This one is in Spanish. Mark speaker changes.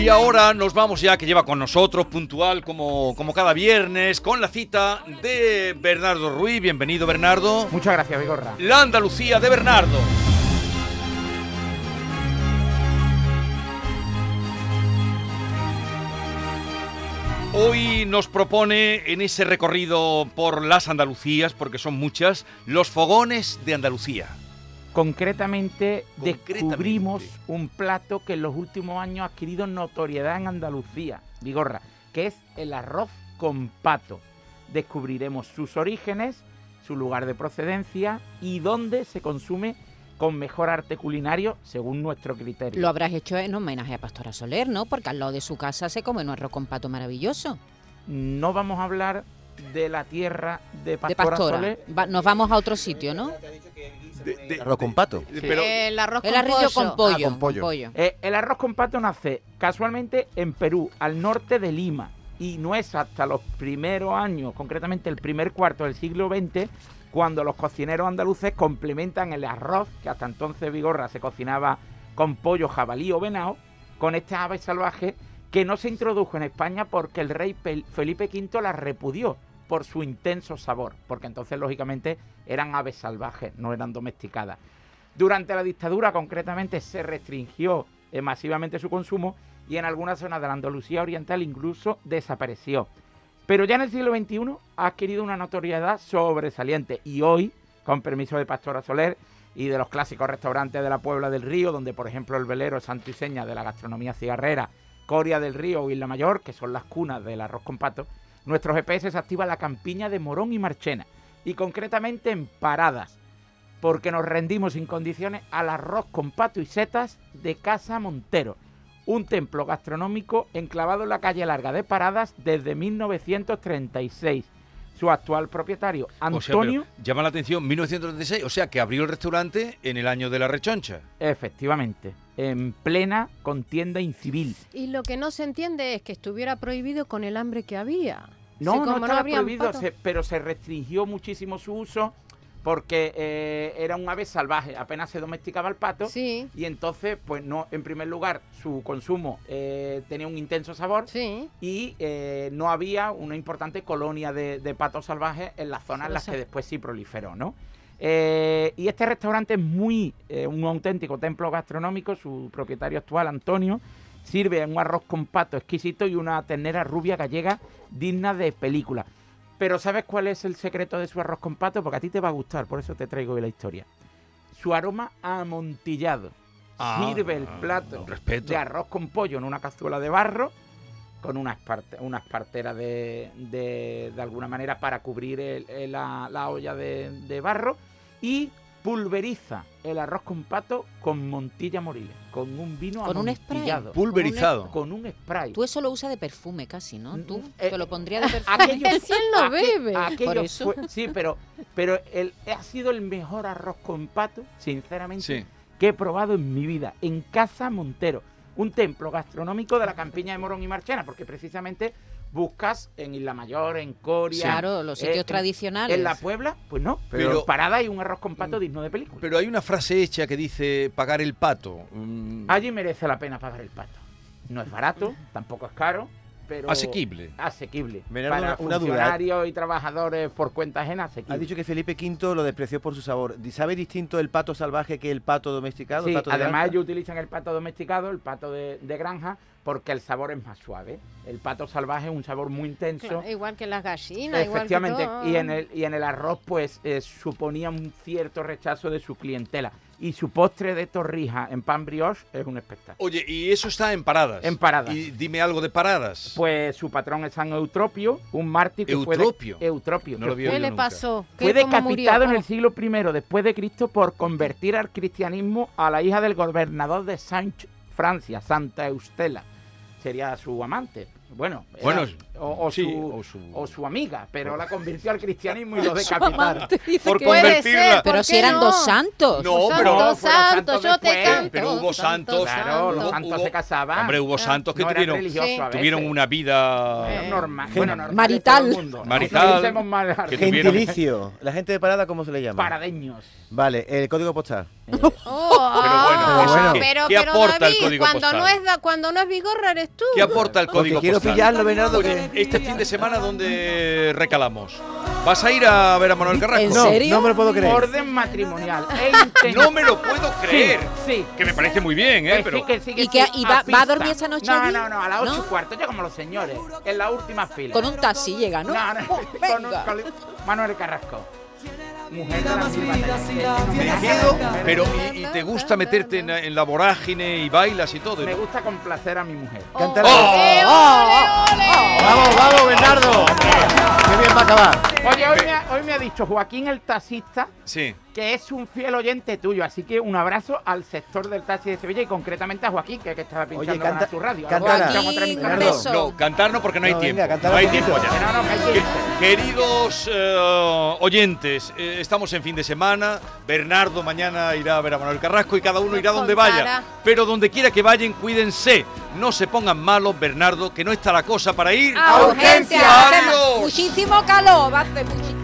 Speaker 1: Y ahora nos vamos ya, que lleva con nosotros, puntual, como, como cada viernes, con la cita de Bernardo Ruiz. Bienvenido, Bernardo.
Speaker 2: Muchas gracias, Bigorra.
Speaker 1: La Andalucía de Bernardo. Hoy nos propone en ese recorrido por las Andalucías, porque son muchas, los fogones de Andalucía.
Speaker 2: Concretamente,
Speaker 1: Concretamente.
Speaker 2: descubrimos un plato que en los últimos años ha adquirido notoriedad en Andalucía, Vigorra, que es el arroz con pato. Descubriremos sus orígenes, su lugar de procedencia y dónde se consume con mejor arte culinario según nuestro criterio.
Speaker 3: Lo habrás hecho en homenaje a Pastora Soler, ¿no? Porque al lado de su casa se come un arroz con pato maravilloso.
Speaker 2: No vamos a hablar de la tierra de
Speaker 3: De
Speaker 2: Pastora,
Speaker 3: Pastora.
Speaker 2: Soler.
Speaker 3: Va- nos vamos a otro sitio, ¿no?
Speaker 1: De- de-
Speaker 4: Arroz con pato.
Speaker 1: de- pero-
Speaker 5: el arroz con
Speaker 3: El arrillo con pollo.
Speaker 4: Ah, con pollo.
Speaker 2: Eh, el arroz con pato nace casualmente en Perú, al norte de Lima, y no es hasta los primeros años, concretamente el primer cuarto del siglo XX, cuando los cocineros andaluces complementan el arroz, que hasta entonces Vigorra se cocinaba con pollo, jabalí o venado, con esta ave salvaje que no se introdujo en España porque el rey Pel- Felipe V la repudió por su intenso sabor, porque entonces lógicamente eran aves salvajes, no eran domesticadas. Durante la dictadura, concretamente, se restringió eh, masivamente su consumo y en algunas zonas de la Andalucía Oriental incluso desapareció. Pero ya en el siglo XXI ha adquirido una notoriedad sobresaliente y hoy, con permiso de Pastora Soler y de los clásicos restaurantes de la Puebla del Río, donde por ejemplo el velero Santo y Seña de la gastronomía cigarrera, Coria del Río o Isla Mayor, que son las cunas del arroz con pato, nuestro GPS se activa en la campiña de Morón y Marchena y concretamente en Paradas, porque nos rendimos sin condiciones al arroz con pato y setas de Casa Montero, un templo gastronómico enclavado en la calle larga de Paradas desde 1936. Su actual propietario,
Speaker 1: o sea, pero
Speaker 2: Antonio,
Speaker 1: llama la atención 1936, o sea que abrió el restaurante en el año de la rechoncha.
Speaker 2: efectivamente, en plena contienda incivil.
Speaker 5: Y lo que no se entiende es que estuviera prohibido con el hambre que había.
Speaker 2: No,
Speaker 5: Sí,
Speaker 2: no
Speaker 5: como
Speaker 2: estaba
Speaker 5: habrían
Speaker 2: prohibido,
Speaker 5: patos.
Speaker 2: se- pero se restringió muchísimo su uso porque eh, era un ave salvaje, apenas se domesticaba el pato.
Speaker 5: Sí,
Speaker 2: Y entonces, pues no, en primer lugar, su consumo eh, tenía un intenso sabor
Speaker 5: sí.
Speaker 2: y eh, no había una importante colonia de, de patos salvajes en las zonas en las que después sí proliferó, ¿no? Eh, y este restaurante es muy eh, un auténtico templo gastronómico, su propietario actual, Antonio, sirve un arroz con pato exquisito y una ternera rubia gallega digna de película. Pero ¿sabes cuál es el secreto de su arroz con pato? Porque a ti te va a gustar, por eso te traigo hoy la historia. Su aroma amontillado.
Speaker 1: Ah,
Speaker 2: sirve el plato
Speaker 1: con respeto.
Speaker 2: de arroz con pollo en una cazuela de barro con una, esparte- una espartera de, de, de alguna manera para cubrir el- el- la, la olla de, de barro y pulveriza el arroz con pato con montilla moriles, con un vino
Speaker 3: Con un spray.
Speaker 2: amontillado,
Speaker 1: Pulverizado.
Speaker 2: con un spray.
Speaker 3: Tú eso lo usas de perfume casi, ¿no? Tú
Speaker 2: Eh,
Speaker 3: te lo pondrías de perfume.
Speaker 2: Aquello-
Speaker 5: El cielo lo
Speaker 2: aque-
Speaker 5: bebe.
Speaker 2: aquello
Speaker 3: Por eso.
Speaker 2: fue- sí, pero, pero el, ha sido el mejor arroz con pato, sinceramente,
Speaker 1: Sí.
Speaker 2: que he probado en mi vida, en Casa Montero, un templo gastronómico de la campiña de Morón y Marchena, porque precisamente buscas en Isla Mayor, en Coria,
Speaker 3: Claro, los
Speaker 2: eh,
Speaker 3: sitios
Speaker 2: en-
Speaker 3: tradicionales.
Speaker 2: en la Puebla, pues no, pero,
Speaker 1: Pero-
Speaker 2: en Parada hay un arroz con
Speaker 4: Mm,
Speaker 2: pato digno de película.
Speaker 1: Pero hay una frase hecha que dice pagar el pato. mm,
Speaker 2: Allí merece la pena pagar el pato. No es barato, tampoco es caro, pero
Speaker 1: asequible.
Speaker 2: asequible.
Speaker 4: Me da
Speaker 2: Para
Speaker 4: una- una duda.
Speaker 2: funcionarios y trabajadores por cuenta ajena, asequible.
Speaker 4: Ha dicho que Felipe V lo despreció por su sabor. Di- ¿Sabe distinto el pato salvaje que el pato domesticado?
Speaker 2: Sí,
Speaker 4: el pato de granja?
Speaker 2: además ellos utilizan el pato domesticado, el pato de, de granja, porque el sabor es más suave. El pato salvaje es un sabor muy intenso.
Speaker 5: Claro, igual que las gallinas, igual que
Speaker 2: Efectivamente,
Speaker 5: todo.
Speaker 2: y en el y en el arroz pues eh, suponía un cierto rechazo de su clientela y su postre de torrija en pan brioche es un espectáculo.
Speaker 1: Oye, y eso está en paradas.
Speaker 2: En Paradas.
Speaker 1: Y dime algo de paradas.
Speaker 2: Pues su patrón es San Eutropio, un mártir que
Speaker 1: Eutropio.
Speaker 2: fue de- Eutropio,
Speaker 1: No
Speaker 2: que
Speaker 1: lo había
Speaker 5: ¿Qué
Speaker 1: oído
Speaker 5: le
Speaker 1: nunca.
Speaker 5: pasó? ¿Qué-
Speaker 2: fue
Speaker 5: cómo
Speaker 2: decapitado
Speaker 5: murió?
Speaker 2: en
Speaker 5: ¿Cómo?
Speaker 2: el siglo I después de Cristo por convertir al cristianismo a la hija del gobernador de Saint Francia, Santa Eustela. Sería su amante. Bueno, era-
Speaker 1: Bueno,
Speaker 2: o, o
Speaker 1: sí,
Speaker 2: su,
Speaker 1: o su-
Speaker 2: o su amiga, pero la convirtió al cristianismo y lo decapitaron.
Speaker 3: Amante, dice
Speaker 1: Por
Speaker 3: que-
Speaker 5: Puede
Speaker 1: convertirla.
Speaker 5: ser, ¿por
Speaker 3: Pero si
Speaker 5: qué
Speaker 3: eran
Speaker 5: no?
Speaker 3: dos santos.
Speaker 1: No,
Speaker 5: santo,
Speaker 1: pero-
Speaker 5: santo,
Speaker 2: santo,
Speaker 5: yo te
Speaker 2: después.
Speaker 5: canto.
Speaker 1: Pero hubo
Speaker 5: santo,
Speaker 1: santos.
Speaker 2: Claro, los
Speaker 1: Hubo-
Speaker 2: santos
Speaker 1: hubo-
Speaker 2: se casaban.
Speaker 1: Hombre, hubo santos que
Speaker 2: ah, no eran
Speaker 1: tuvieron,
Speaker 2: religiosos
Speaker 5: Sí.
Speaker 2: a veces.
Speaker 1: tuvieron una
Speaker 2: Era
Speaker 1: vida...
Speaker 2: normal. Bueno, normal de
Speaker 3: Marital.
Speaker 2: todo el mundo.
Speaker 1: Marital,
Speaker 2: No pensemos mal,
Speaker 1: que tuvieron-
Speaker 4: Gentilicio. La gente de parada, ¿cómo se le llama?
Speaker 2: paradeños.
Speaker 4: Vale, el código postal.
Speaker 5: Oh,
Speaker 1: Pero bueno,
Speaker 5: ah,
Speaker 4: pero bueno.
Speaker 5: pero,
Speaker 1: ¿Qué
Speaker 5: pero
Speaker 1: aporta el
Speaker 5: David,
Speaker 1: código
Speaker 5: cuando
Speaker 1: postal?
Speaker 5: no es da- cuando no es Vigorra eres tú.
Speaker 1: ¿Qué aporta el
Speaker 4: Porque
Speaker 1: código
Speaker 4: quiero
Speaker 1: postal?
Speaker 4: pillarlo, Bernardo.
Speaker 1: Oye,
Speaker 4: que-
Speaker 1: este fin de semana, ¿dónde recalamos? ¿Vas a ir a ver a Manuel Carrasco?
Speaker 3: ¿En
Speaker 4: No,
Speaker 3: serio?
Speaker 4: no me lo puedo creer.
Speaker 2: Orden matrimonial. E inten-
Speaker 1: No me lo puedo
Speaker 2: Sí,
Speaker 1: creer.
Speaker 2: Sí.
Speaker 1: Que me parece muy bien, ¿eh?
Speaker 2: Que
Speaker 1: Pero
Speaker 2: sí, que sí, que
Speaker 3: ¿Y
Speaker 2: sí,
Speaker 3: qué- y va-
Speaker 2: pista.
Speaker 3: va a dormir esa noche
Speaker 2: No,
Speaker 3: allí?
Speaker 2: no, no, a las
Speaker 3: ¿No?
Speaker 2: ocho y cuarto, ya como los señores, en la última fila.
Speaker 3: Con un taxi llega, ¿no?
Speaker 2: No, no,
Speaker 3: Oh,
Speaker 2: con-
Speaker 3: venga.
Speaker 2: con- Manuel Carrasco. Mujer de las
Speaker 6: más
Speaker 2: mil
Speaker 6: vida si la
Speaker 2: batallas. Me
Speaker 6: tienes
Speaker 2: quedo,
Speaker 6: cerca.
Speaker 1: Pero, ¿y, y te gusta meterte en, en la vorágine y bailas y todo?
Speaker 2: Me gusta complacer a mi mujer.
Speaker 4: Canta
Speaker 5: Oh,
Speaker 4: la-
Speaker 5: ole, ole, ole.
Speaker 4: ¡Vamos, vamos, Bernardo! ¡Qué bien va a acabar!
Speaker 2: Oye, hoy me, ha, hoy me ha dicho Joaquín el taxista
Speaker 1: Sí.
Speaker 2: que es un fiel oyente tuyo, así que un abrazo al sector del taxi de Sevilla y concretamente a Joaquín, que, es que estaba pinchando
Speaker 4: Oye, canta-
Speaker 2: con su radio.
Speaker 4: cántala.
Speaker 2: Ahora escuchamos otra
Speaker 3: Joaquín, un
Speaker 2: emisora.
Speaker 3: beso.
Speaker 1: No, cantar no porque no hay
Speaker 4: No, venga,
Speaker 1: tiempo.
Speaker 4: cantar
Speaker 1: no hay
Speaker 4: un
Speaker 1: tiempo
Speaker 4: poquito.
Speaker 1: ya.
Speaker 2: Que no, no, que hay que irse.
Speaker 1: Queridos eh, oyentes, eh, estamos en fin de semana. Bernardo mañana irá a ver a Manuel Carrasco y cada uno
Speaker 5: Nos
Speaker 1: irá donde
Speaker 5: contará.
Speaker 1: vaya. Pero donde quiera que vayan, cuídense. No se pongan malos, Bernardo, que no está la cosa para ir.
Speaker 3: A urgencia.
Speaker 1: ¡Adiós!
Speaker 3: Muchísimo calor. Va a hacer muchísimo